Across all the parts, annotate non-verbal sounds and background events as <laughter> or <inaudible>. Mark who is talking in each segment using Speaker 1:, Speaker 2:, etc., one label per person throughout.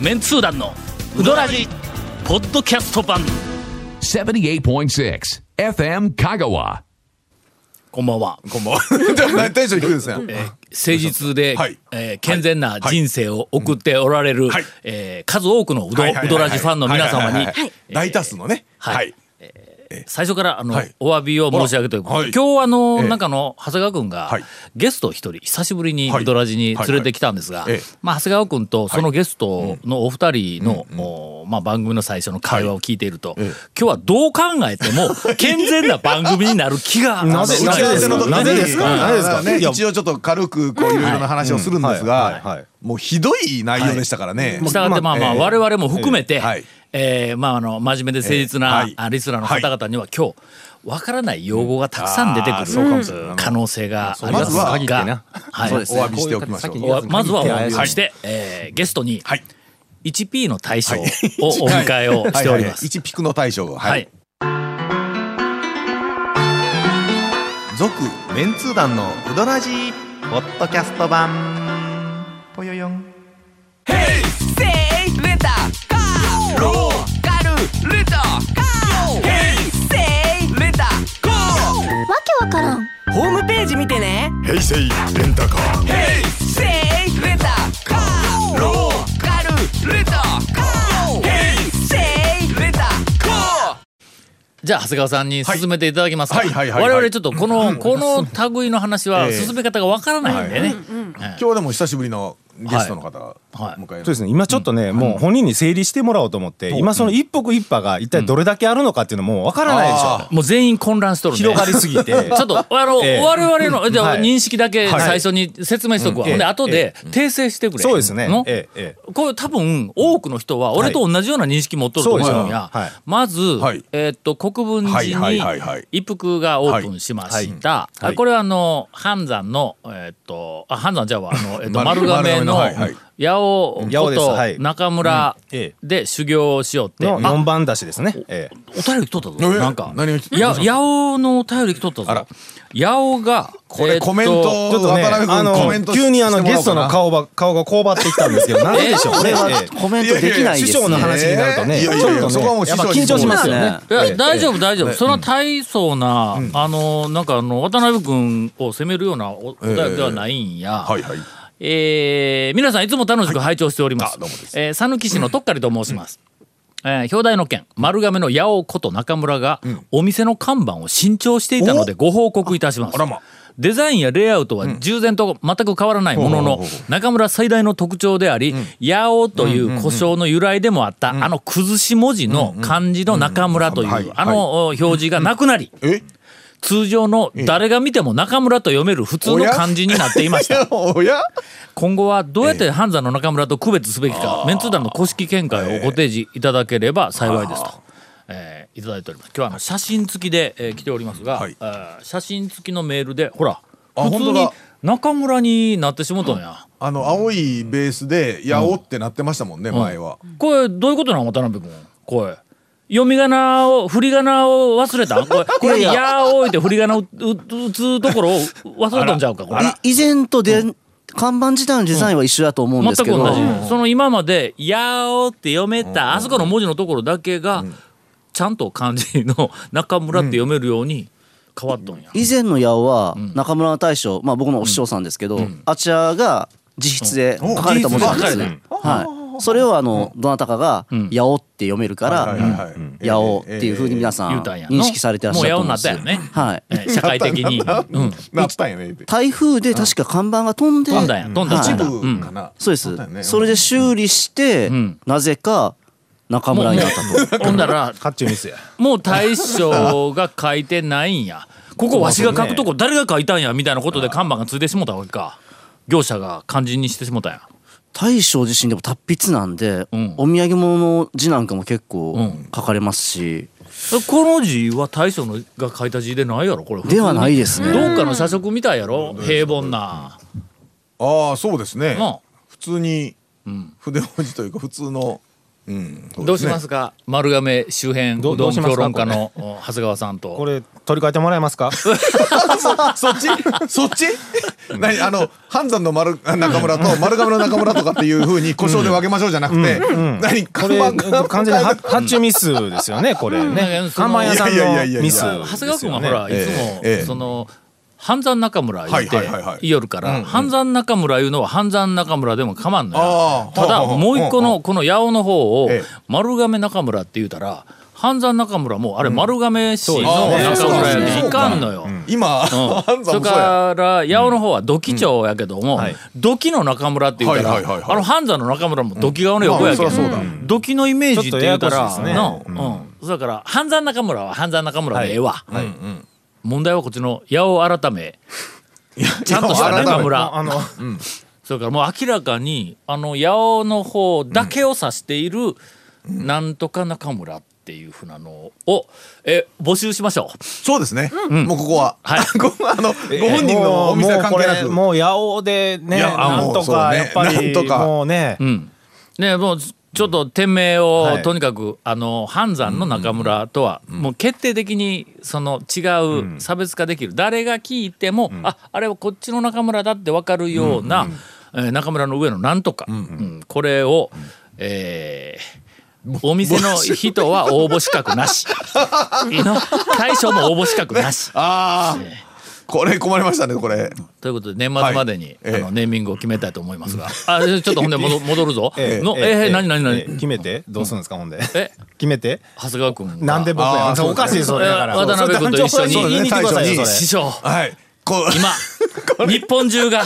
Speaker 1: メンツー団のウドラジポッドキャスト版
Speaker 2: 78.6 FM Kagawa.
Speaker 1: こんばんは
Speaker 3: こ <laughs> んばんは。テンション低いですね。
Speaker 1: 誠実で、
Speaker 3: はい
Speaker 1: えー健全な人生を送っておられる、
Speaker 3: はい
Speaker 1: えー数多くのウド,、
Speaker 3: はいはいはいはい
Speaker 1: ウドラジファンの皆様
Speaker 3: はい
Speaker 1: に
Speaker 3: はいはいはい大多数のね。
Speaker 1: はい
Speaker 3: はい。
Speaker 1: 最初からあの、
Speaker 3: はい
Speaker 1: お詫びを申し上げておきます、
Speaker 3: はい
Speaker 1: 今日あの、
Speaker 3: ええ
Speaker 1: なんかあの長谷川君が、
Speaker 3: はい
Speaker 1: ゲスト一人久しぶりに
Speaker 3: はい
Speaker 1: ウドラジに連れてきたんですが、
Speaker 3: はいはいええ
Speaker 1: まあ、長谷川君とそのゲストのお二人の、おまあ、番組の最初の会話を聞いていると、今日はどう考えても健全な番組になる気が
Speaker 4: <laughs> なぜ
Speaker 1: あの
Speaker 3: 打
Speaker 4: な
Speaker 3: ち合わ
Speaker 4: ぜ
Speaker 3: せの時に
Speaker 4: なぜですか
Speaker 3: うん
Speaker 4: なぜですか
Speaker 3: ね
Speaker 4: いや
Speaker 3: 一応ちょっと軽くこういろいろな話をするんです
Speaker 4: はいはいはい
Speaker 3: が、もうひどい内容でしたからね。
Speaker 1: したがってまあまあ
Speaker 3: ええ
Speaker 1: 我々も含めて、え
Speaker 3: ええはい
Speaker 1: ーまああの真面目で誠実
Speaker 3: ええ
Speaker 1: な
Speaker 3: はい
Speaker 1: あリスナーの方々には今日わからない用語がたくさん出て
Speaker 3: あー
Speaker 1: く
Speaker 3: そうかもしれ
Speaker 1: る
Speaker 3: ない
Speaker 1: うん可能性がありま
Speaker 3: ますずは限
Speaker 1: が、はい
Speaker 4: そうですね
Speaker 3: お詫びしておきましょう
Speaker 4: こい
Speaker 1: おわ
Speaker 4: 方
Speaker 1: まずはお
Speaker 4: 先
Speaker 1: 詫
Speaker 4: に
Speaker 1: び
Speaker 4: 言っ
Speaker 1: を
Speaker 4: て
Speaker 1: して、えーゲストに
Speaker 3: はい
Speaker 1: 1P の大賞を
Speaker 3: <laughs>
Speaker 1: お迎えをしております。
Speaker 3: 一ピクの大将が
Speaker 1: は
Speaker 3: はいい。、
Speaker 4: 続メンツー団のウドラジポッドキャスト版ぽよよん
Speaker 5: せいレンタカーローカルレンタカーヘイセイレンタカーわけわからんホームページ見てねヘイセイレンタカーヘイセイレンタカーローカルレンタカーヘイセイレンタカー
Speaker 1: じゃあ長谷川さんに進めていただきますか、
Speaker 3: はいはいはいはい
Speaker 1: 我々ちょっとこのこの類の話は
Speaker 3: ええ
Speaker 1: 進め方がわからないんでね、
Speaker 3: 今日でも久しぶりのゲストの方が
Speaker 1: はい
Speaker 3: 迎え
Speaker 6: そうですね今ちょっとね、もう本人に整理してもらおうと思って、今その一歩一歩が一体どれだけあるのかっていうのもわからないでしょ、
Speaker 3: あ
Speaker 1: もう全員混乱しとるんで
Speaker 6: 広がりすぎて
Speaker 1: <laughs> ちょっと、あの、
Speaker 6: ええ
Speaker 1: 我々の、じゃあ
Speaker 6: はい
Speaker 1: 認識だけ
Speaker 6: はい
Speaker 1: 最初に説明しとくわ。ほんで、
Speaker 6: ええ
Speaker 1: 後で訂正してくれ。
Speaker 6: そうですね
Speaker 1: の
Speaker 6: えええ
Speaker 1: これ多分、多くの人は、俺と同じような認識持っとると思うんや
Speaker 6: そうですよはい。
Speaker 1: まず
Speaker 3: はい、
Speaker 1: えーっと、国分
Speaker 3: はい
Speaker 1: 寺
Speaker 3: はい
Speaker 1: に
Speaker 3: はいはい
Speaker 1: 一服がオープンしました。
Speaker 6: いはい
Speaker 1: これは、あの、半山の、えーっと、あ、半山じゃあ、あの、えーっと、
Speaker 3: 丸
Speaker 1: 丸亀の
Speaker 3: 丸亀のはいはい、
Speaker 1: 八尾
Speaker 6: 八尾
Speaker 1: こ
Speaker 6: ですはい
Speaker 1: と中村
Speaker 6: うんええ
Speaker 1: で修行しようって。
Speaker 6: の
Speaker 1: あ
Speaker 6: 4番出しですね、ええ
Speaker 1: お便り来とったぞ。
Speaker 3: え
Speaker 1: なんか。
Speaker 3: 何が来
Speaker 1: や、八尾のお便り来とったぞ。
Speaker 3: あら
Speaker 1: 八尾が、こ
Speaker 3: これコメント
Speaker 6: ちょっとね
Speaker 3: 渡辺君
Speaker 6: あ
Speaker 3: コメン
Speaker 6: の
Speaker 3: ト
Speaker 6: 急にあの
Speaker 3: しても
Speaker 6: ゲ
Speaker 3: らおう
Speaker 6: ス
Speaker 3: か
Speaker 6: ト
Speaker 3: な
Speaker 6: の顔ば顔がこうばってきた
Speaker 3: <laughs>
Speaker 6: んですけどなんででしょうね、ええ
Speaker 4: コメントできないで
Speaker 6: 師
Speaker 4: す
Speaker 6: 匠の
Speaker 4: ね
Speaker 6: 話になるとね、
Speaker 3: いやいやいや
Speaker 6: ちょっ
Speaker 3: そこはも
Speaker 6: と
Speaker 3: う師
Speaker 6: ねや
Speaker 3: 匠
Speaker 6: っぱ緊張しますよ
Speaker 4: そうだ
Speaker 6: ね
Speaker 4: ね
Speaker 1: いや
Speaker 6: ええ
Speaker 1: 大丈夫大丈夫、そんな大層な、あのなんかあの渡辺君を責めるようなおお便りではないんや、
Speaker 3: はいはい。
Speaker 1: えー皆さんいつも楽しく拝聴しております。
Speaker 3: あどうもです
Speaker 1: えー讃岐市のとっかりと申します。えー、表題の件丸亀の八尾こと中村がお店の看板を新調していたのでご報告いたします
Speaker 3: あらま
Speaker 1: デザインやレイアウトは従前と全く変わらないものの中村最大の特徴であり「八尾」という故障の由来でもあったあの崩し文字の漢字の中村とい
Speaker 3: はいは
Speaker 1: う
Speaker 3: い
Speaker 1: あの表示がなくなり
Speaker 3: え？ <laughs>
Speaker 1: 通常の誰が見ても中村と読める普通の漢字になっていま
Speaker 3: <laughs>
Speaker 1: した
Speaker 3: おや？
Speaker 1: 今後はどうやって半山の中村と区別すべきか、メンツー団の公式見解をご提示いただければ幸いですと。えーいただいております今日はあの写真付きで、えー来ておりますが、
Speaker 3: はい
Speaker 1: えー写真付きのメールでほら
Speaker 3: あ
Speaker 1: 普通
Speaker 3: 本当
Speaker 1: に
Speaker 3: だ
Speaker 1: 中村になってしもうとんや、
Speaker 3: あの青いベースでやおってなってましたもんね前は。
Speaker 1: これどういうことなの渡辺君これ読み仮名を振り仮名を忘れたんこれこれに「や」を置いて振り仮名を打つところを忘れたんちゃうかこれ
Speaker 4: い以前とで、看板自体のデザインは一緒だと思うんです
Speaker 1: 全
Speaker 4: け
Speaker 1: く
Speaker 4: ど、
Speaker 1: 同じ、その今まで「やお」って読めたあそこの文字のところだけがちゃんと漢字の「中村」って読めるように変わっとんや、
Speaker 4: 以前の八尾は中村の大将、まあ僕のお師匠さんですけど、あちらが自筆で書かれたものなんです、
Speaker 1: うんお
Speaker 4: はい、それをあのどなたかが「八尾」って読めるから
Speaker 3: はいはいはいはい
Speaker 4: 「八尾」っていうふうに皆さ
Speaker 1: 言うんたんやの
Speaker 4: 認識されてらっしゃると思うんです
Speaker 1: もう八尾になったよね
Speaker 4: はい
Speaker 1: えー社会的に、うん、
Speaker 3: なったんやねって。
Speaker 4: 台風で確か看板が飛んで
Speaker 1: 飛んだんや飛んだ
Speaker 4: はい
Speaker 3: 一
Speaker 1: 飛んだ
Speaker 3: 部かな。
Speaker 4: そうです
Speaker 3: だよね
Speaker 4: それで修理して、
Speaker 1: ん
Speaker 4: なぜか中
Speaker 1: もう
Speaker 4: 村になったと
Speaker 1: もうほんだら
Speaker 6: かっちゅうミスや
Speaker 1: もう大将が書いてないんやここわしが書くとこ誰が書いたんやみたいなことで看板がついてしもたわけか業者が肝心にしてしもたんや
Speaker 4: 大将自身でも達筆なんで、
Speaker 1: ん
Speaker 4: お土産物の字なんかも結構
Speaker 1: ん
Speaker 4: 書かれますし、
Speaker 1: この字は大将のが書いた字でないやろこれ
Speaker 4: ではないですね
Speaker 1: どっかの社食みたいやろ平凡な
Speaker 3: ああそうですね
Speaker 1: なあ。
Speaker 3: 普通に筆文字というか普通の。うん。
Speaker 1: どうします
Speaker 3: か？
Speaker 1: か丸亀周辺うど
Speaker 6: どど
Speaker 1: ん
Speaker 6: うします
Speaker 1: 評
Speaker 6: か
Speaker 1: 論家のお長谷川さんと
Speaker 6: これ取り替えてもらえま
Speaker 3: <laughs>
Speaker 6: すか
Speaker 3: そっちそっち <laughs> 何あの半山の丸あ中村と丸亀の中村とかっていうふうに故障で分けましょうじゃなくて、何
Speaker 6: こ
Speaker 3: 看
Speaker 6: れ
Speaker 3: 板
Speaker 6: 完全には発注ミスですよねこれ
Speaker 1: うん
Speaker 6: ね看板屋さん
Speaker 3: いやいやいやいや
Speaker 6: のミス
Speaker 1: 長谷
Speaker 6: で
Speaker 1: 川
Speaker 6: す
Speaker 1: 君は
Speaker 6: よ
Speaker 1: ほ
Speaker 6: ね
Speaker 1: ら、いつも、
Speaker 3: ええ
Speaker 1: その半山中村言って、
Speaker 3: はいはいはいはい
Speaker 1: 夜から、半山中村いうのは半山中村でも構わんのよ
Speaker 3: ああ
Speaker 1: ただ
Speaker 3: ほうほうほう
Speaker 1: もう一個のこの八尾の方を
Speaker 3: ええ
Speaker 1: 丸亀中村って言うたら半山中村もあれ丸亀市の
Speaker 3: そうですね
Speaker 1: 中村
Speaker 3: そう
Speaker 1: や
Speaker 3: か
Speaker 1: でいかんのよ。
Speaker 3: 今、 <laughs>
Speaker 1: う
Speaker 3: 半
Speaker 1: ん、
Speaker 3: 山
Speaker 1: それ
Speaker 3: もそうや
Speaker 1: から八尾の方は土器町やけども、
Speaker 6: はい
Speaker 1: 土器の中村って言うたら、
Speaker 3: はいはいはいはい
Speaker 1: あの半山の中村も土器側の横やけど、
Speaker 3: まあそりゃそうだ
Speaker 1: 土器のイメージって言うた
Speaker 6: ちょ
Speaker 1: ら
Speaker 6: っとややこしいですね
Speaker 1: なあうんそれから半山中村は半山中村でええわ、問題はこっちの八尾改めちゃんとした中村
Speaker 6: あの
Speaker 1: それからもう明らかにあの八尾の方だけを指している、なんとか中村っていうふうなのをえ募集しましょう。
Speaker 3: そうですね、もうここは、
Speaker 1: はい
Speaker 3: <laughs> ここはあのご本人のお店は関係なく
Speaker 6: もうもうこれもう八尾でね
Speaker 3: いやあ
Speaker 6: なんと
Speaker 3: もうそう
Speaker 6: か
Speaker 3: ね
Speaker 6: やっぱ
Speaker 3: なん
Speaker 6: り
Speaker 3: とか
Speaker 6: もうね
Speaker 1: うん、ねもうちょっと店名を、
Speaker 6: はい
Speaker 1: とにかくあの半山の中村とは、もう決定的にその違う差別化できる、誰が聞いても、ああれはこっちの中村だって分かるような、えー中村の上のなんとか、うんこれを、えーお店の人は <laughs> 応募資格なし大将も応募資格な <laughs> し
Speaker 3: ああこれ困りましたねこれ
Speaker 1: ということで年末までに、
Speaker 3: ええ
Speaker 1: あのネーミングを決めたいと思いますが、あちょっとほんで戻戻るぞ、
Speaker 6: え
Speaker 1: のえー何何何、
Speaker 6: え決めてどうするんですかほんで
Speaker 1: え
Speaker 6: 決めて
Speaker 1: 長谷川君が
Speaker 6: なんで僕や
Speaker 3: あーそう
Speaker 6: おかしいそれだから
Speaker 1: えー渡辺君と一緒に
Speaker 6: そう言いに来てくださいよそ
Speaker 1: 師
Speaker 6: れ
Speaker 1: 匠
Speaker 3: はい <laughs> こう
Speaker 1: 今日本中が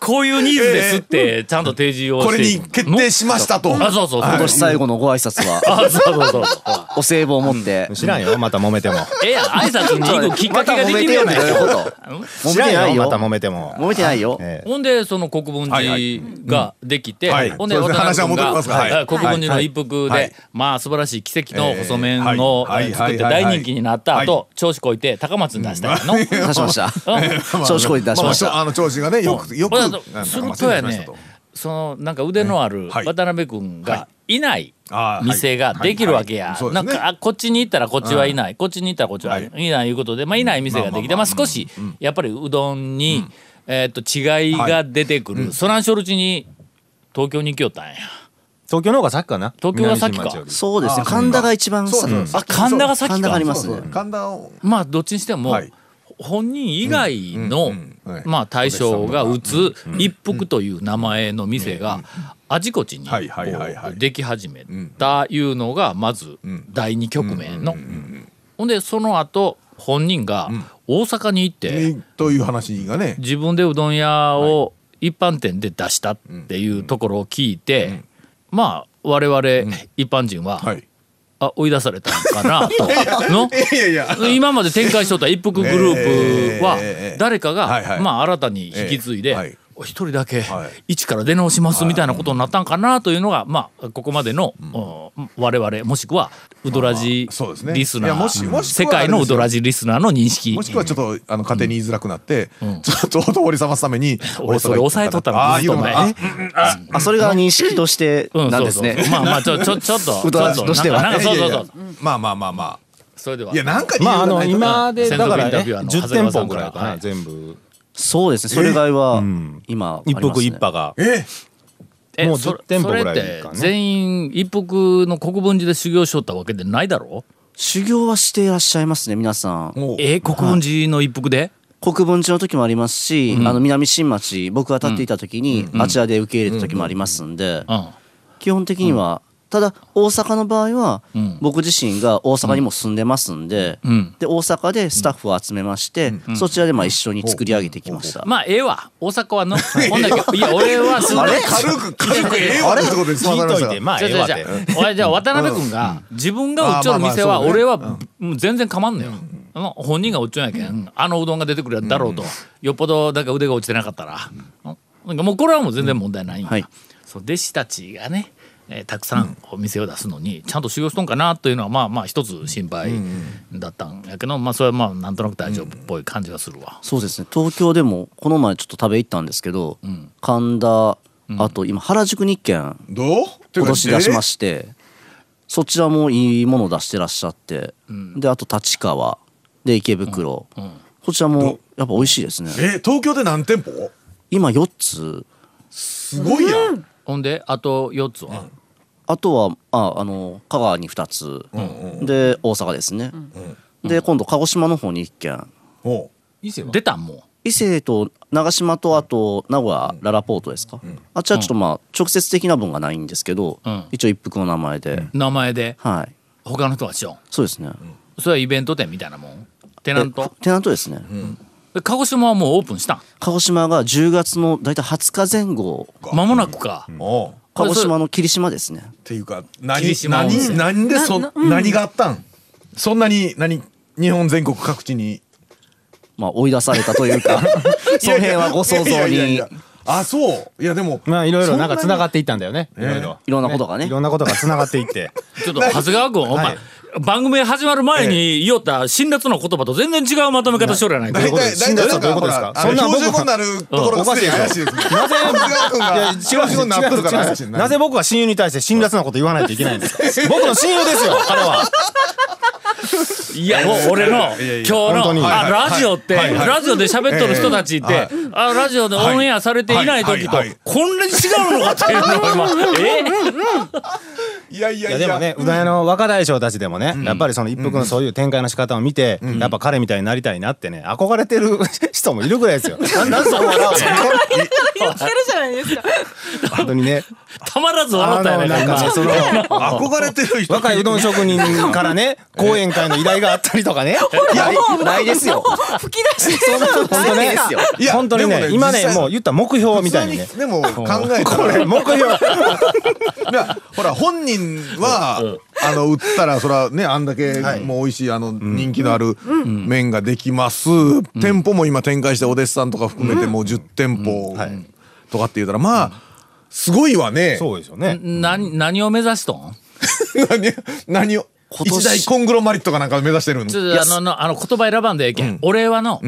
Speaker 1: こういうニーズですってちゃんと提示を
Speaker 3: こ
Speaker 1: し
Speaker 3: れ
Speaker 1: て
Speaker 3: に決定しましたと
Speaker 1: あそうそう
Speaker 7: 今
Speaker 1: 今
Speaker 7: 年最後のご挨拶は
Speaker 1: <laughs> あそうそうそう
Speaker 7: お歳暮を持って
Speaker 6: 知らんよまた揉めても
Speaker 1: ええやん挨拶に行くきっかけができるように
Speaker 7: また揉めてよね揉め
Speaker 6: 知
Speaker 7: て
Speaker 6: ら
Speaker 7: なん
Speaker 6: よ
Speaker 7: いよ
Speaker 6: また揉めても
Speaker 7: 揉めてないよ
Speaker 6: ええ
Speaker 1: ほんでその国分
Speaker 3: はいは
Speaker 1: 寺ができて、
Speaker 3: うんはい
Speaker 1: ほんで
Speaker 3: そう
Speaker 1: 渡
Speaker 3: ですね
Speaker 1: 辺君
Speaker 3: 話は戻りますがはい
Speaker 1: があ国分寺の一服で、
Speaker 3: はい
Speaker 1: まあ素晴らしい奇跡の細麺
Speaker 3: え
Speaker 1: を
Speaker 3: ーはいはい
Speaker 1: 作って
Speaker 3: はいはい
Speaker 1: 大人気になった後、
Speaker 3: は
Speaker 1: 調子こいて高松に出したんやの。
Speaker 7: 出し
Speaker 1: <laughs>
Speaker 7: ました調子こいて出しまし
Speaker 3: あ
Speaker 7: た
Speaker 3: の調子がねよくよく
Speaker 1: ほらするとやねそのなんか腕のある
Speaker 3: はい
Speaker 1: 渡辺君がいない
Speaker 3: あー
Speaker 1: 店ができるわけや、
Speaker 3: はいはいそうで
Speaker 1: な
Speaker 3: す
Speaker 1: ん
Speaker 3: ね
Speaker 1: かあこっちに行ったらこっちはいない、こっちに行ったらこっちはいない,、い、ないいうことで、まあ、いない店ができて、まあ少しやっぱりうどんに、えーっと違いが出てくる、ソランショルチに東京に行きよったんや
Speaker 6: 東京の方が先かな
Speaker 1: 東京が先か
Speaker 6: 南新町より
Speaker 7: そうですね神田が一番
Speaker 3: そうなんです
Speaker 1: あ神田が先か
Speaker 7: 神田があります
Speaker 3: そうそう神田を
Speaker 1: まあどっちにしても、
Speaker 3: はい
Speaker 1: 本人以外の、
Speaker 3: うんうんはい
Speaker 1: まあ、大将が打つ一服という名前の店があちこちにこ
Speaker 3: はいはいはいはいう
Speaker 1: でき始めたいうのがまず第二局面の。ほんでその後本人が大阪に行って
Speaker 3: という話がね
Speaker 1: 自分でうどん屋を一般店で出したっていうところを聞いてまあ我々一般人は
Speaker 3: はい
Speaker 1: あ追い出されたんか
Speaker 3: <laughs>
Speaker 1: なと。の
Speaker 3: いやいや
Speaker 1: 今まで展開しとった一服グループは
Speaker 3: ええ
Speaker 1: 誰か
Speaker 3: はい
Speaker 1: が
Speaker 3: はい
Speaker 1: まあ新たに引き継いで
Speaker 3: ええはい
Speaker 1: お一人だけ
Speaker 3: はい
Speaker 1: 一から出直しますみたいなことになったんかなというのがまあここまでのうん我々もしくはウドラジ
Speaker 3: あそうですね
Speaker 1: リス
Speaker 3: い
Speaker 1: ナ
Speaker 3: やもし
Speaker 1: ー
Speaker 3: もしく
Speaker 1: 世
Speaker 3: は
Speaker 1: 界のウドラジリスナーの認識
Speaker 3: もしくはちょっとあの家庭に言いづらくなって <laughs> ちょっと掘り冷ますために
Speaker 1: 俺それ抑えとったの
Speaker 3: ああ
Speaker 1: ずっ
Speaker 3: い
Speaker 1: と
Speaker 3: うの
Speaker 1: 前
Speaker 3: があ
Speaker 7: あそれが認識として
Speaker 1: うん
Speaker 7: なん
Speaker 1: そうそう
Speaker 7: ですね <laughs>
Speaker 1: そうまあまあちょちょ
Speaker 3: <laughs>
Speaker 1: ちょっと
Speaker 7: ウドラジとしては
Speaker 1: ちょっなんかなんかそうそうそう
Speaker 3: まあまあまあま
Speaker 1: それで
Speaker 3: あ
Speaker 1: はい
Speaker 3: やなんか理由
Speaker 6: まあ
Speaker 3: が
Speaker 6: あの
Speaker 3: ないと
Speaker 6: 今でだ
Speaker 1: 専属
Speaker 6: か
Speaker 1: イ
Speaker 6: ら
Speaker 1: ンタ
Speaker 6: ね
Speaker 1: ビュアーの
Speaker 6: 10
Speaker 1: 長谷川
Speaker 6: 店
Speaker 1: さん
Speaker 6: 舗ぐらいか
Speaker 1: は
Speaker 6: ない全部
Speaker 7: そうですねそれ以外は今あり
Speaker 6: 一
Speaker 7: ますね
Speaker 6: 服一派が
Speaker 3: え
Speaker 1: え
Speaker 6: もう
Speaker 1: それ
Speaker 6: 10店舗ぐらい
Speaker 1: それって
Speaker 6: かね
Speaker 1: 全員一服の国分寺で修行しとったわけでないだろ
Speaker 7: 修行はしていらっしゃいますね皆さん
Speaker 3: もう
Speaker 1: えー、国分寺の一服で、
Speaker 7: 国分寺の時もありますし、あの南新町僕が立っていた時に、あちらで受け入れた時もありますんで、
Speaker 1: うん
Speaker 7: 基本的には、ただ大阪の場合は、僕自身が大阪にも住んでますんで、
Speaker 1: ん
Speaker 7: で大阪でスタッフを集めまして、そちらでまあ一緒に作り上げてきました、
Speaker 1: まあええわ大阪はのほんだけいや俺はすんで
Speaker 3: 軽く軽くええわってことです
Speaker 6: 聞いといてまあ
Speaker 1: じゃ
Speaker 6: ええわって
Speaker 1: あじゃあ渡辺君が自分がうっちょる店は
Speaker 3: あまあまあそうね
Speaker 1: 俺はもう全然構わんのよ、あの本人がうっちょんやけんあのうどんが出てくるだろうと、よっぽどなんか腕が落ちてなかったら、なんかもうこれはもう全然問題ないんや、
Speaker 7: はい
Speaker 1: そう弟子たちがね、えーたくさんお店を出すのにちゃんと修行しとんかなというのはまあまあ一つ心配だったんやけど、まあそれはまあなんとなく大丈夫っぽい感じがするわ、
Speaker 7: そうですね東京でもこの前ちょっと食べ行ったんですけど、神田あと今原宿に1軒
Speaker 3: どう
Speaker 7: 今年出しま
Speaker 3: し
Speaker 7: して、そちらもいいもの出してらっしゃって、であと立川で池袋、こちらもやっぱ美味しいですね
Speaker 3: え東京で何店舗
Speaker 7: 今4つ
Speaker 3: すごいやん
Speaker 1: ほんであと4つは、
Speaker 7: あとはああの香川に2つ、で大阪ですね、で今度鹿児島の方に1軒
Speaker 3: おう
Speaker 1: 出たんもう
Speaker 7: 伊勢と長島とあと名古屋ララポートですか、あっちはちょっとまあ直接的な分がないんですけど、
Speaker 1: ん
Speaker 7: 一応一服の名前で、
Speaker 1: 名前で
Speaker 7: はい
Speaker 1: 他の人はしよ
Speaker 7: そうですね、
Speaker 1: うそれはイベント店みたいなもんテナ
Speaker 7: で
Speaker 1: ント
Speaker 7: テナントですね、
Speaker 1: で鹿児島はもうオープンしたん
Speaker 7: 鹿児島が10月の大体20日前後
Speaker 1: 間もなくか、
Speaker 3: おうっ
Speaker 7: 鹿児島の霧島ですね
Speaker 3: ていうか
Speaker 1: 霧
Speaker 3: 何
Speaker 1: 島温
Speaker 3: 何
Speaker 1: 泉
Speaker 3: 何でそ何があったんそんなに何日本全国各地に
Speaker 7: まあ追い出されたというか <laughs> その辺はご想
Speaker 3: いや
Speaker 7: 像
Speaker 3: いやい
Speaker 7: に
Speaker 3: やいやあそういやでも
Speaker 6: まあいろいろなんか繋がっていったんだよね。いろいろ。
Speaker 7: いろんなことがね
Speaker 6: いろんなことが繋がっていって。
Speaker 1: ちょっと長谷川君お前、
Speaker 6: はい
Speaker 1: 番組始まる前に言おった辛辣な言葉と全然違うまとめ方しとるやないか
Speaker 3: 大体
Speaker 6: 死
Speaker 3: 大
Speaker 6: んだ
Speaker 3: 体なんか
Speaker 6: らどういうことですか
Speaker 3: ほら
Speaker 6: そんな
Speaker 3: あの標準語
Speaker 6: 僕
Speaker 3: になるところがすでに怪しいですねなぜ
Speaker 6: 違う違う違う違う
Speaker 3: になったとかの話になる
Speaker 6: なぜ僕は親友に対して辛辣なこと言わないといけないんですか僕の親友ですよ彼は。
Speaker 1: いやもう俺の今
Speaker 3: やいや
Speaker 1: 日の
Speaker 6: 本当に
Speaker 1: あラジオって
Speaker 3: はいはい
Speaker 1: ラジオで喋っとる人たちって、あラジオでオンエアされていない時と
Speaker 3: はいはいはい
Speaker 1: こんなに違うのかっていうのを
Speaker 3: <laughs>
Speaker 1: 今え
Speaker 3: いやいや
Speaker 6: いやでもねうだやの若大将たちでもねやっぱりその一服のそういう展開の仕方を見てやっぱ彼みたいになりたいなってね憧れてる人もいるぐらいですよ。
Speaker 3: なんそ
Speaker 8: 言ってるじゃないですか。
Speaker 6: 本当にね。
Speaker 1: たまらず笑
Speaker 6: あ
Speaker 1: ったやな
Speaker 6: の
Speaker 1: い
Speaker 6: なん
Speaker 1: か
Speaker 6: か
Speaker 1: 今
Speaker 6: その
Speaker 3: <laughs> 憧れてる人
Speaker 6: 若いうどん職人からね講演会の依頼があったりとかね。
Speaker 7: ないないですよ
Speaker 8: 吹き出してる
Speaker 7: そんなことないですよ
Speaker 3: いや
Speaker 6: 本当に
Speaker 3: でも
Speaker 6: ね
Speaker 3: ね
Speaker 6: 今
Speaker 3: 実
Speaker 6: ね
Speaker 3: 際
Speaker 6: もう言った目標みたいにね
Speaker 3: 普。通でも考えた
Speaker 6: これ
Speaker 3: ら
Speaker 6: 目標。
Speaker 3: なほら本人はあの売ったらそらねあんだけもう美味しいあの人気のある麺ができます店舗も今展開してお弟子さんとか含めてもう10店舗とかって言うたらまあすごいわね
Speaker 6: そうですよね。
Speaker 1: 何何を目指しとん
Speaker 3: <laughs> 何何を一大コングロマリットかなんか目指してるん
Speaker 1: ちょっとあののあの言葉選ばんでええけん、俺はの、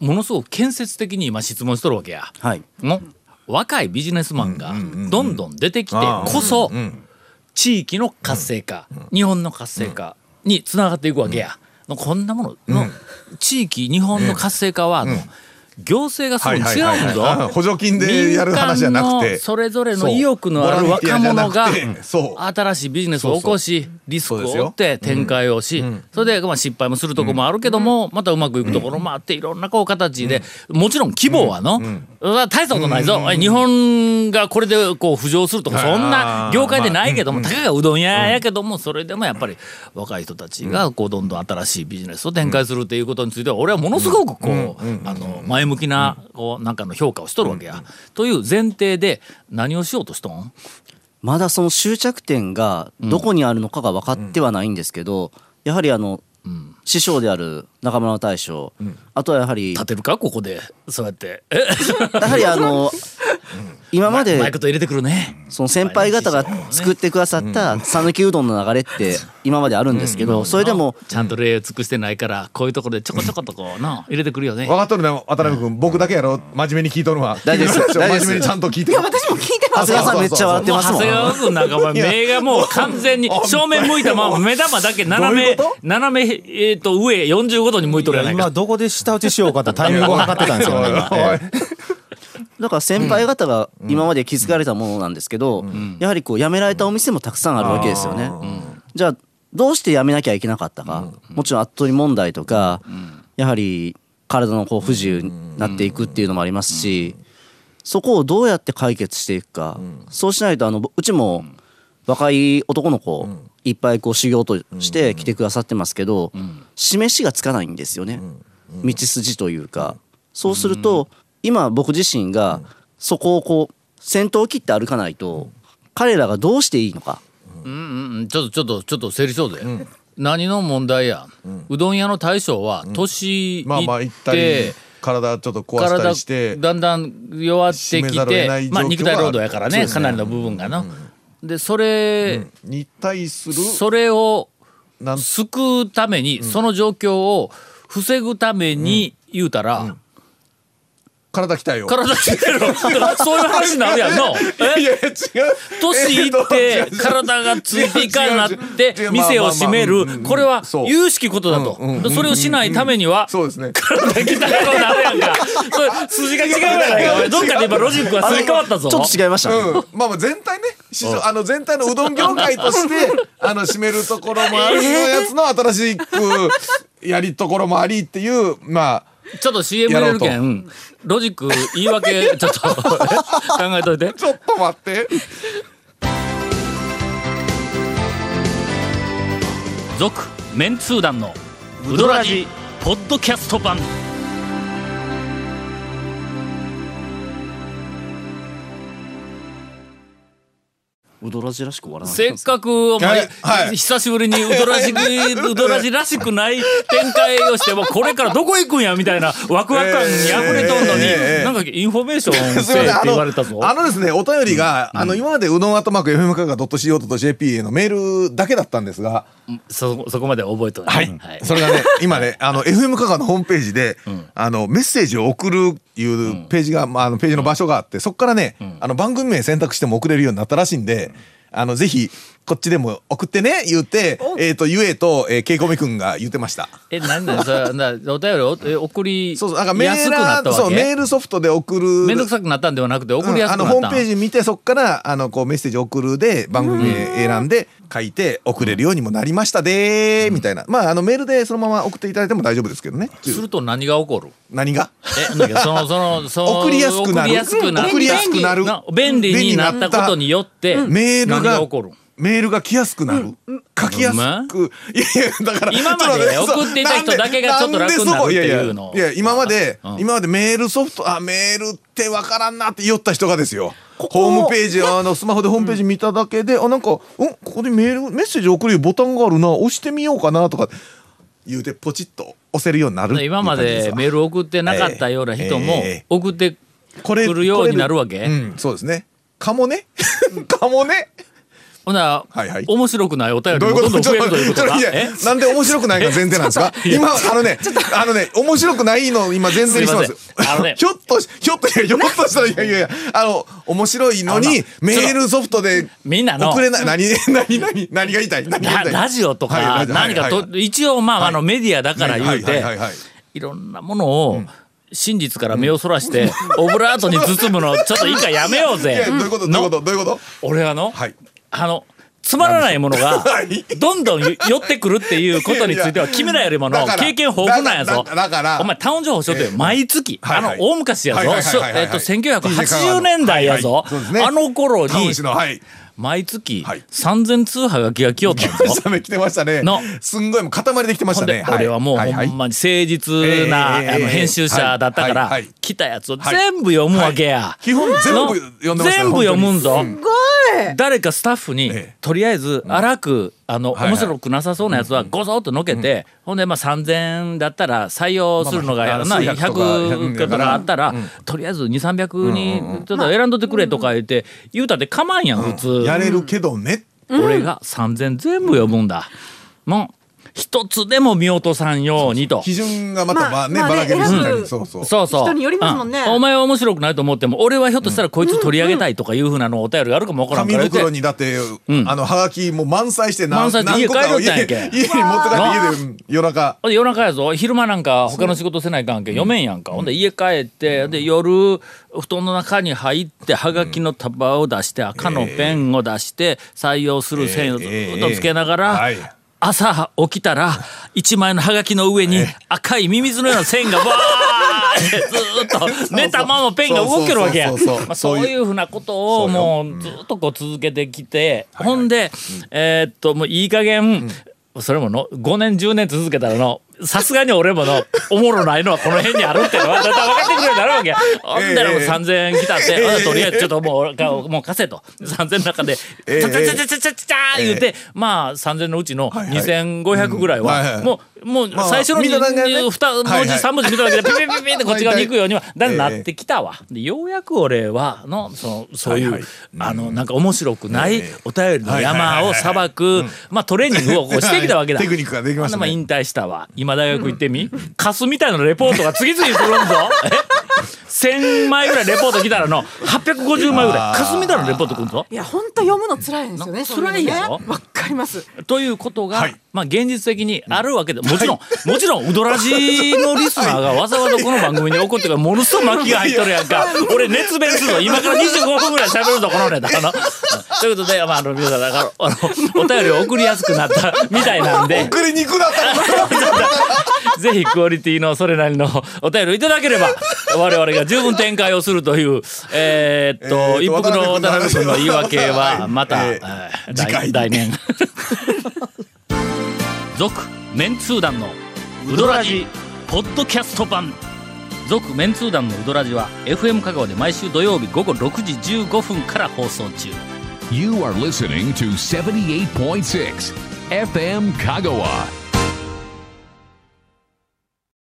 Speaker 1: ものすごく建設的に今質問しとるわけや。
Speaker 7: はい
Speaker 1: の若いビジネスマンがどんどん出てきてこそ地域の活性化、日本の活性化につながっていくわけや、のこんなものの、地域日本の活性化は、あの行政がすごい違うんぞ、
Speaker 3: あ補助金でやる話じゃなく
Speaker 1: 民間
Speaker 3: て
Speaker 1: のそれぞれの意欲のある若者が
Speaker 3: そうボランティアじゃなくてそう
Speaker 1: 新しいビジネスを起こしリスクを負って展開をしそれでまあ失敗もするとこもあるけどもまたうまくいくところもあっていろんなこう形でもちろん規模はの大したことないぞ日本がこれでこう浮上するとかそんな業界でないけどもたかがうどん屋やけどもそれでもやっぱり若い人たちがこうどんどん新しいビジネスを展開するということについては俺はものすごくこうあの前向きなこうなんかの評価をしとるわけや。という前提で何をしようとしとん
Speaker 7: まだその終着点がどこにあるのかが分かってはないんですけど、やはりあの、師匠である中村大将、あとはやはり
Speaker 1: 立てるかここでそうやってえ
Speaker 7: やはりあの今ま
Speaker 1: <laughs> マイ
Speaker 7: で
Speaker 1: クと入れてくるね
Speaker 7: その先輩方が作ってくださった讃岐うどんの流れって今まであるんですけどそれでも
Speaker 1: ちゃんと礼を尽くしてないからこういうところでちょこちょこと
Speaker 3: <laughs>
Speaker 1: こうな入れてくるよね
Speaker 3: 分かっとるね渡辺君僕だけやろ真面目に聞いとるのは
Speaker 7: 大丈
Speaker 3: <laughs>
Speaker 7: 夫です
Speaker 3: 君の話を真
Speaker 7: 大丈夫です
Speaker 3: 面目にちゃんと聞いてる
Speaker 8: 私も聞いてま
Speaker 7: 長
Speaker 8: す。
Speaker 7: 谷川さんめっちゃ笑って
Speaker 1: もう
Speaker 7: ます
Speaker 1: 長
Speaker 7: もん
Speaker 1: 谷川君なんかお前目がもう完全に正面向いたまま目玉だけ斜め斜めえっ、と上45度に向いとるやない
Speaker 6: 今
Speaker 1: か
Speaker 6: どこで下打ちしようかってタイミングを測ってたんですよ
Speaker 1: <laughs>
Speaker 6: ね今。ええ
Speaker 7: だから先輩方が今まで築かれたものなんですけどやはりこう辞められたお店もたくさんあるわけですよね。じゃあどうして辞めなきゃいけなかったかもちろん後取り問題とかやはり体のこう不自由になっていくっていうのもありますしそこをどうやって解決していくかそうしないとあのうちも若い男の子いっぱいこう修行として来てくださってますけど示しがつかないんですよね道筋というかそうすると今僕自身がそこをこう先頭を切って歩かないと彼らがどうしていいのか
Speaker 1: うんちょっとちょっとちょっと整理しようぜ、何の問題や、うどん屋の大将は年いって、
Speaker 3: まあまあ行ったり体ちょっと壊したりして
Speaker 1: 体だんだん弱って
Speaker 3: 締めざ
Speaker 1: き
Speaker 3: るを得
Speaker 1: て
Speaker 3: ない状況が
Speaker 1: まあ、肉体労働やから
Speaker 3: そう
Speaker 1: ね
Speaker 3: ですね
Speaker 1: かなりの部分がな、でそれ、
Speaker 3: に対する
Speaker 1: それを
Speaker 3: なん
Speaker 1: 救うために、その状況を防ぐために言うたら、
Speaker 3: 体鍛えよう。
Speaker 1: 体鍛え <laughs> ろそういう話になるやんのえ
Speaker 3: いや違う。
Speaker 1: 年いって体がついていかんなって店を閉めるこれは有識ことだとそれをしないためには
Speaker 3: そうですね。
Speaker 1: 体鍛えろになるやんかそれ筋が違うやないかおいどっかで今ロジックがすり替わったぞ
Speaker 7: ちょっと違いましたね、
Speaker 3: <laughs> うん、まあまあ全体ね市場あの全体のうどん業界と <laughs> してあの締めるところもあるやつの新しくやりところもありっていうまあ
Speaker 1: ちょっと CM 入れるけ
Speaker 3: や
Speaker 1: んうんロジック言い訳ちょっと考えといて
Speaker 3: ちょっと待って
Speaker 1: 続メンツー団のウドラジポッドキャスト版
Speaker 7: うどらじらしく終わらない
Speaker 1: せっかくお前、
Speaker 3: はい
Speaker 1: 久しぶりにウドラ
Speaker 3: <laughs>
Speaker 1: ジくウドラジらしくない展開をしてもこれからどこ行くんやみたいなワクワク感に溢れとんのに、
Speaker 3: えーえー
Speaker 1: なんかインフォメーション
Speaker 3: す
Speaker 1: せ
Speaker 3: い
Speaker 1: えって
Speaker 3: ませんあ
Speaker 1: 言われたぞ
Speaker 3: のあのですねお便りが、あの今までうどんあとマーク FM カガ .co.jp へのメールだけだったんですが、
Speaker 1: そそこまでは覚えとんねはい、
Speaker 3: それがね今ねあの FM カガのホームページで、あのメッセージを送るいうページが、まあ、あのページの場所があってそこからね、あの番組名選択しても送れるようになったらしいんで。あのぜひこっちでも送ってね言うて、えー、とゆえと、えー、けいこみくんが言ってました
Speaker 1: え何 <laughs> だよそれなお便りをえ送り
Speaker 3: そうそうなんかメ
Speaker 1: やすく
Speaker 3: ー
Speaker 1: な
Speaker 3: ラ
Speaker 1: った
Speaker 3: ー
Speaker 1: わけ
Speaker 3: そうメールソフトで送る
Speaker 1: めんどくさくなったんではなくて送りやすくな
Speaker 3: う
Speaker 1: っ
Speaker 3: ん
Speaker 1: た、
Speaker 3: あのホームページ見てそこからあのこうメッセージ送るで番組名選んで書いて送れるようにもなりましたでーみたいなまああのメールでそのまま送っていただいても大丈夫ですけどね
Speaker 1: すると何が起こる
Speaker 3: 何が
Speaker 1: えなんかそのそのその
Speaker 3: 送りやすくな
Speaker 1: 送
Speaker 3: る
Speaker 1: りやすくなる
Speaker 3: 送りやすくなる
Speaker 1: な便利になったことによって
Speaker 3: メール
Speaker 1: 何
Speaker 3: が
Speaker 1: が起こる
Speaker 3: メールが来やすくなる、書きやすくいやいやだから
Speaker 1: 今まで
Speaker 3: ちょっと待
Speaker 1: 送っていた人だけがちょっと楽になるっていうの
Speaker 3: なんでそういやいやいや今まで、
Speaker 1: うん
Speaker 3: 今までメールソフトあメールってわからんなって酔った人がですよホームページあのスマホでホームページ見ただけで、あなんかうんここでメールメッセージ送るボタンがあるな押してみようかなとか言うてポチッと押せるようになる
Speaker 1: 今までメール送ってなかったような人も
Speaker 3: ええ
Speaker 1: 送って
Speaker 3: こ
Speaker 1: 来るようになるわけ
Speaker 3: うんそうですねかもね <laughs> かもね
Speaker 1: ほな、
Speaker 3: はいはい
Speaker 1: 面白くないお便り
Speaker 3: どうい
Speaker 1: も
Speaker 3: う
Speaker 1: ど
Speaker 3: こと
Speaker 1: んどん増えるということ
Speaker 3: ちょ
Speaker 1: か
Speaker 3: っいや
Speaker 1: え
Speaker 3: なんで面白くないが前提なんで
Speaker 1: <laughs>
Speaker 3: すか今、あのね、あのね、面白くないのを今前提にしてま
Speaker 1: す
Speaker 3: す
Speaker 1: いませんあのね
Speaker 3: ひょっとし、ひょっと、いやひょっとしたら、いやいやいや、あの、面白いの
Speaker 1: あの
Speaker 3: に
Speaker 1: な、
Speaker 3: メールソフトで、
Speaker 1: みんなの
Speaker 3: 送れない、何、何、何、何が言いたい何が言
Speaker 1: ラ
Speaker 3: いたい
Speaker 1: ラジオと
Speaker 3: は
Speaker 1: か
Speaker 3: い
Speaker 1: 何か
Speaker 3: はい
Speaker 1: と一応まああのメディアだから言う
Speaker 3: は
Speaker 1: て
Speaker 3: いはいはいはい
Speaker 1: いろんなものを真実から目をそらしてオブラートに包む
Speaker 3: <laughs>
Speaker 1: のちょっと一回やめよう
Speaker 3: い
Speaker 1: ぜ
Speaker 3: やどういうことどういうことどういうこと
Speaker 1: 俺はの
Speaker 3: はい。
Speaker 1: あのつまらないものが
Speaker 3: はい
Speaker 1: どんどん寄ってくるっていうことについては君らよりもの
Speaker 3: だから
Speaker 1: 経験豊富なんやぞ
Speaker 3: だからだから
Speaker 1: お前タウン情報しようと毎月
Speaker 3: は
Speaker 1: あ
Speaker 3: い
Speaker 1: の
Speaker 3: はい
Speaker 1: 大昔や
Speaker 3: はい
Speaker 1: ぞ
Speaker 3: はいはいはいはい
Speaker 1: えっと1980年代やぞ
Speaker 3: はいはいそうですね
Speaker 1: あの頃
Speaker 3: タウ
Speaker 1: に
Speaker 3: ン氏の、はい。
Speaker 1: 毎月
Speaker 3: はい
Speaker 1: 3000通はがきが来よった
Speaker 3: <laughs>
Speaker 1: んぞ
Speaker 3: サメ来てましたね
Speaker 1: の。
Speaker 3: すんごいもう塊で来てま
Speaker 1: ほ
Speaker 3: し
Speaker 1: ん
Speaker 3: た
Speaker 1: で
Speaker 3: ね。
Speaker 1: 俺はもうほ
Speaker 3: いい
Speaker 1: んまに誠実なあ
Speaker 3: ええ
Speaker 1: の編集者だったか
Speaker 3: はい
Speaker 1: ら
Speaker 3: はいはい
Speaker 1: 来たやつを全部読むわけや。
Speaker 3: 基本全部読んでましたよ
Speaker 1: 全部読むんぞ
Speaker 3: 本当にう
Speaker 1: 誰かスタッフに、
Speaker 3: ええ
Speaker 1: とりあえず荒くあの、
Speaker 3: いはい
Speaker 1: 面白くなさそうなやつはごそっとのけて、ほんでまあ3,000だったら採用するのが、
Speaker 3: まあまあ
Speaker 1: な
Speaker 3: 数百とか
Speaker 1: 100とかあったら、とりあえず2300にちょっと選んどってくれとか言って、言うたって構わんやん普通、
Speaker 3: やれるけどね。
Speaker 1: 俺が3,000全部読むんだ。もう一つでも見落とさんようにと。
Speaker 3: 基準がまた、
Speaker 8: まあ
Speaker 3: まあね、
Speaker 8: まあ
Speaker 3: ば
Speaker 8: ね
Speaker 3: らけるしみたい
Speaker 8: 選
Speaker 3: に。
Speaker 8: ぶ
Speaker 3: そうそう。
Speaker 1: そうそう
Speaker 8: 人によりますもんね
Speaker 1: うお前は面白くないと思っても俺はひょっとしたらこいつ取り上げたいとかいうふうなのお便りがあるかもわからんか
Speaker 3: 紙
Speaker 1: ら言うて
Speaker 3: 袋にだって、
Speaker 1: ん
Speaker 3: あのはがきもう満載して何
Speaker 1: 満載で
Speaker 3: 何個かを
Speaker 1: 家帰るんやんけ
Speaker 3: 家に家に持って帰って家で夜中
Speaker 1: ほんで夜中やぞ昼間なんか他の仕事せない関係読めんやんか、ほんで家帰ってで夜布団の中に入ってはがきの束を出して赤のペンを出して採用する線をずっとつけながら、
Speaker 3: はい
Speaker 1: 朝起きたら一枚のハガキの上に赤いミミズのような線がバーって
Speaker 3: <laughs>
Speaker 1: ずっと寝たままペンが動けるわけや
Speaker 3: そうそうそうそう
Speaker 1: まあそういうふうなことを
Speaker 3: そうよ
Speaker 1: もうずっとこう続けてきてほんでえーっともういい加減それもの5年10年続けたらのさすがに俺ものおもろないのはこの辺にあるってのはだんだん分かってくるようになるわけやほんだらもう3000円来たってあとりあえずちょっともうかもう貸
Speaker 3: <laughs>
Speaker 1: せと3000の中で「ちゃちゃちゃちゃちゃちゃちゃ」言うてまあ3000のうちの2500ぐらい
Speaker 3: はいは
Speaker 1: はいももう
Speaker 3: まあ
Speaker 1: 最初の
Speaker 3: 見た段階で
Speaker 1: 2
Speaker 3: ね
Speaker 1: 文字
Speaker 3: はいはい
Speaker 1: 3文字見ただけでピピピピってこっち側に行くようにはだんだんなってきたわ。でようやく俺はのそのそうい
Speaker 3: はいは
Speaker 1: う
Speaker 3: い
Speaker 1: あのなんか面白くない
Speaker 3: ええ
Speaker 1: お便りの
Speaker 3: はいはいはい
Speaker 1: 山
Speaker 3: は
Speaker 1: を
Speaker 3: い
Speaker 1: さばくまあトレーニングをこうしてきたわけだ。
Speaker 3: テクニックができましたね
Speaker 1: あんな引退したわ。今大学行ってみカスみたいなレポートが次々来るん
Speaker 3: <laughs>
Speaker 1: ぞ。え1000枚ぐらいレポート来たらの850枚ぐらいカスみたいなレポート来るぞ。
Speaker 8: いや本当読むの辛いんですよ
Speaker 1: な
Speaker 8: ね。そううの
Speaker 1: 辛いや
Speaker 8: ね
Speaker 1: ろ
Speaker 8: わかります。
Speaker 1: ということが、
Speaker 3: はい
Speaker 1: まあ現実的にあるわけで、もちろん、もちろん、ウドラジのリスナーがわざわざこの番組に怒ってから、ものすごい巻きが入っとるやんか。俺熱弁するぞ。今から25分ぐらい喋るぞ、このネタ。あの、ということで、まあ、あの、皆さん、だから、あの、お便りを送りやすくな <laughs> ったみたいなんで、
Speaker 3: 送りに行くなったら
Speaker 1: ぜひクオリティのそれなりのお便りをいただければ、 <laughs> 我々が十分展開をするという、えーっと、
Speaker 3: えー
Speaker 1: 一
Speaker 3: っと
Speaker 1: 服の渡辺
Speaker 3: 渡
Speaker 1: 君
Speaker 3: 辺君
Speaker 1: の
Speaker 3: の
Speaker 1: 言い訳は、
Speaker 3: はい
Speaker 1: また、
Speaker 3: えー
Speaker 1: え <laughs> ー
Speaker 3: 次回
Speaker 1: 来年。続、メンツー団のウドラジ、ポッドキャスト版。続、メンツー団のウドラジは、FM 香川で毎週土曜日午後6時15分から放送中。
Speaker 2: You are listening to 78.6 FM Kagawa.